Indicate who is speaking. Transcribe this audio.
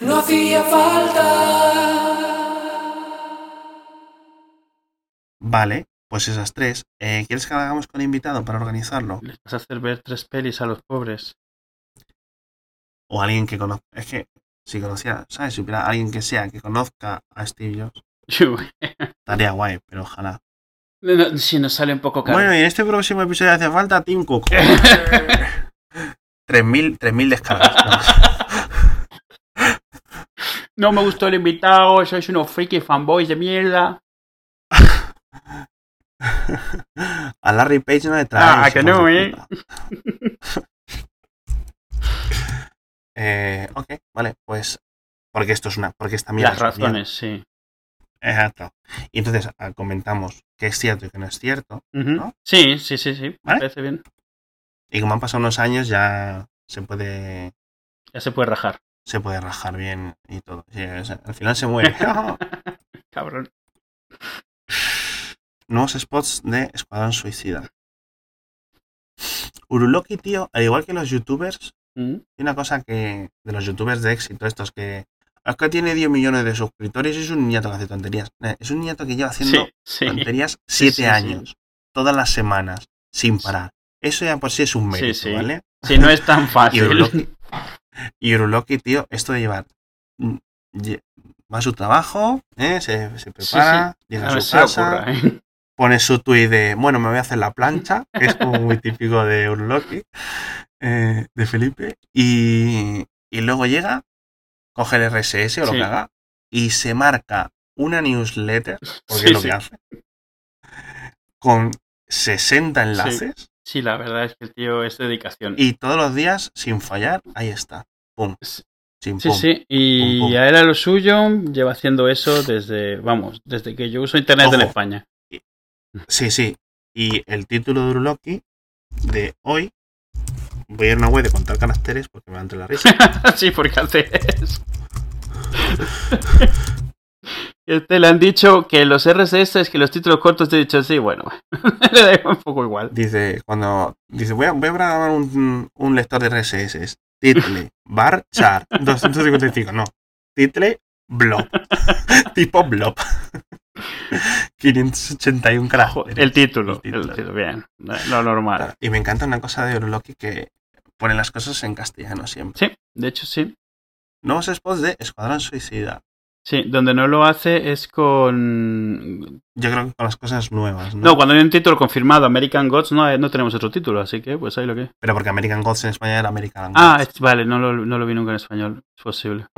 Speaker 1: No hacía falta.
Speaker 2: Vale, pues esas tres. Eh, ¿Quieres que la hagamos con invitado para organizarlo?
Speaker 3: Les vas a hacer ver tres pelis a los pobres.
Speaker 2: O alguien que conozca. Es que si conociera, ¿sabes? Si hubiera alguien que sea que conozca a Steve Jobs, estaría guay, pero ojalá.
Speaker 3: No, si nos sale un poco caro.
Speaker 2: Bueno, y en este próximo episodio hace falta Tim Cook. 3.000 3.000 descargas.
Speaker 3: No me gustó el invitado, sois unos friki fanboys de mierda.
Speaker 2: a Larry Page no le trae.
Speaker 3: Ah, que no, eh.
Speaker 2: Eh, ok, vale, pues. Porque esto es una. Porque esta mierda.
Speaker 3: Las
Speaker 2: es una mierda.
Speaker 3: razones, sí.
Speaker 2: Exacto. Y entonces ah, comentamos que es cierto y que no es cierto.
Speaker 3: Ujú.
Speaker 2: ¿No?
Speaker 3: Sí, sí, sí, sí. Me
Speaker 2: ¿Vale?
Speaker 3: parece bien.
Speaker 2: Y como han pasado unos años, ya se puede.
Speaker 3: Ya se puede rajar.
Speaker 2: Se puede rajar bien y todo. Sí, o sea, al final se muere.
Speaker 3: Cabrón.
Speaker 2: Nuevos spots de Escuadrón Suicida. Uruloki, tío, al igual que los youtubers,
Speaker 3: Mm.
Speaker 2: hay una cosa que. De los youtubers de éxito, estos que. Es que tiene 10 millones de suscriptores y es un niñato que hace tonterías. Eh, Es un niñato que lleva haciendo
Speaker 3: Sí, sí.
Speaker 2: tonterías siete
Speaker 3: sí, sí.
Speaker 2: años, todas las semanas, sin parar. Eso ya por sí es un mérito,
Speaker 3: sí.
Speaker 2: ¿vale?
Speaker 3: Sí, no es tan
Speaker 2: Y
Speaker 3: fácil.
Speaker 2: Uruloki, y Uruloki, tío, esto de llevar. mm, lle- Va a su trabajo, ¿eh? se, se
Speaker 3: Sí,
Speaker 2: prepara, llega
Speaker 3: A
Speaker 2: a
Speaker 3: ver
Speaker 2: su
Speaker 3: si se
Speaker 2: casa,
Speaker 3: ocurra, ¿eh?
Speaker 2: pone su tuit de, bueno, me voy a hacer la plancha, que es como muy típico de Uruloki, eh, de Felipe, y, y luego llega, coge el RSS o lo
Speaker 3: Sí.
Speaker 2: que haga, y se marca una newsletter, porque
Speaker 3: Sí,
Speaker 2: es lo
Speaker 3: sí.
Speaker 2: que hace, con 60 enlaces,
Speaker 3: Sí, la verdad es que el tío es dedicación.
Speaker 2: y todos los días, sin fallar, ahí está, pum,
Speaker 3: Sí.
Speaker 2: sin
Speaker 3: Sí,
Speaker 2: pum.
Speaker 3: sí, y
Speaker 2: Pum, pum.
Speaker 3: a él a lo suyo lleva haciendo eso desde, vamos, desde que yo uso internet en
Speaker 2: Ojo.
Speaker 3: España.
Speaker 2: Sí, sí. Y el título de Uruloki de hoy. Voy a ir a una web de contar caracteres porque me va a entrar la risa.
Speaker 3: sí, porque hace eso. Este le han dicho que los RSS, que los títulos cortos, te he dicho, sí, bueno, le da un poco igual.
Speaker 2: Dice, cuando. Dice, voy a, voy a programar un, un lector de RSS. Title, bar, char, 255. No. Title, blob. tipo blob. 581
Speaker 3: Joder,
Speaker 2: caracteres.
Speaker 3: El título,
Speaker 2: El título.
Speaker 3: el título, bien, lo normal.
Speaker 2: Y me encanta una cosa de Uruloki que pone las cosas en castellano siempre.
Speaker 3: Sí, de hecho sí.
Speaker 2: Nuevos spots de Escuadrón Suicida.
Speaker 3: Sí, donde no lo hace es con...
Speaker 2: Yo creo que con las cosas nuevas, ¿no?
Speaker 3: No, cuando hay un título confirmado, American Gods, no, no tenemos otro título, así que pues ahí lo que...
Speaker 2: Pero porque American Gods en España era American Gods.
Speaker 3: Ah, es- vale, no lo, no lo vi nunca en español, es posible.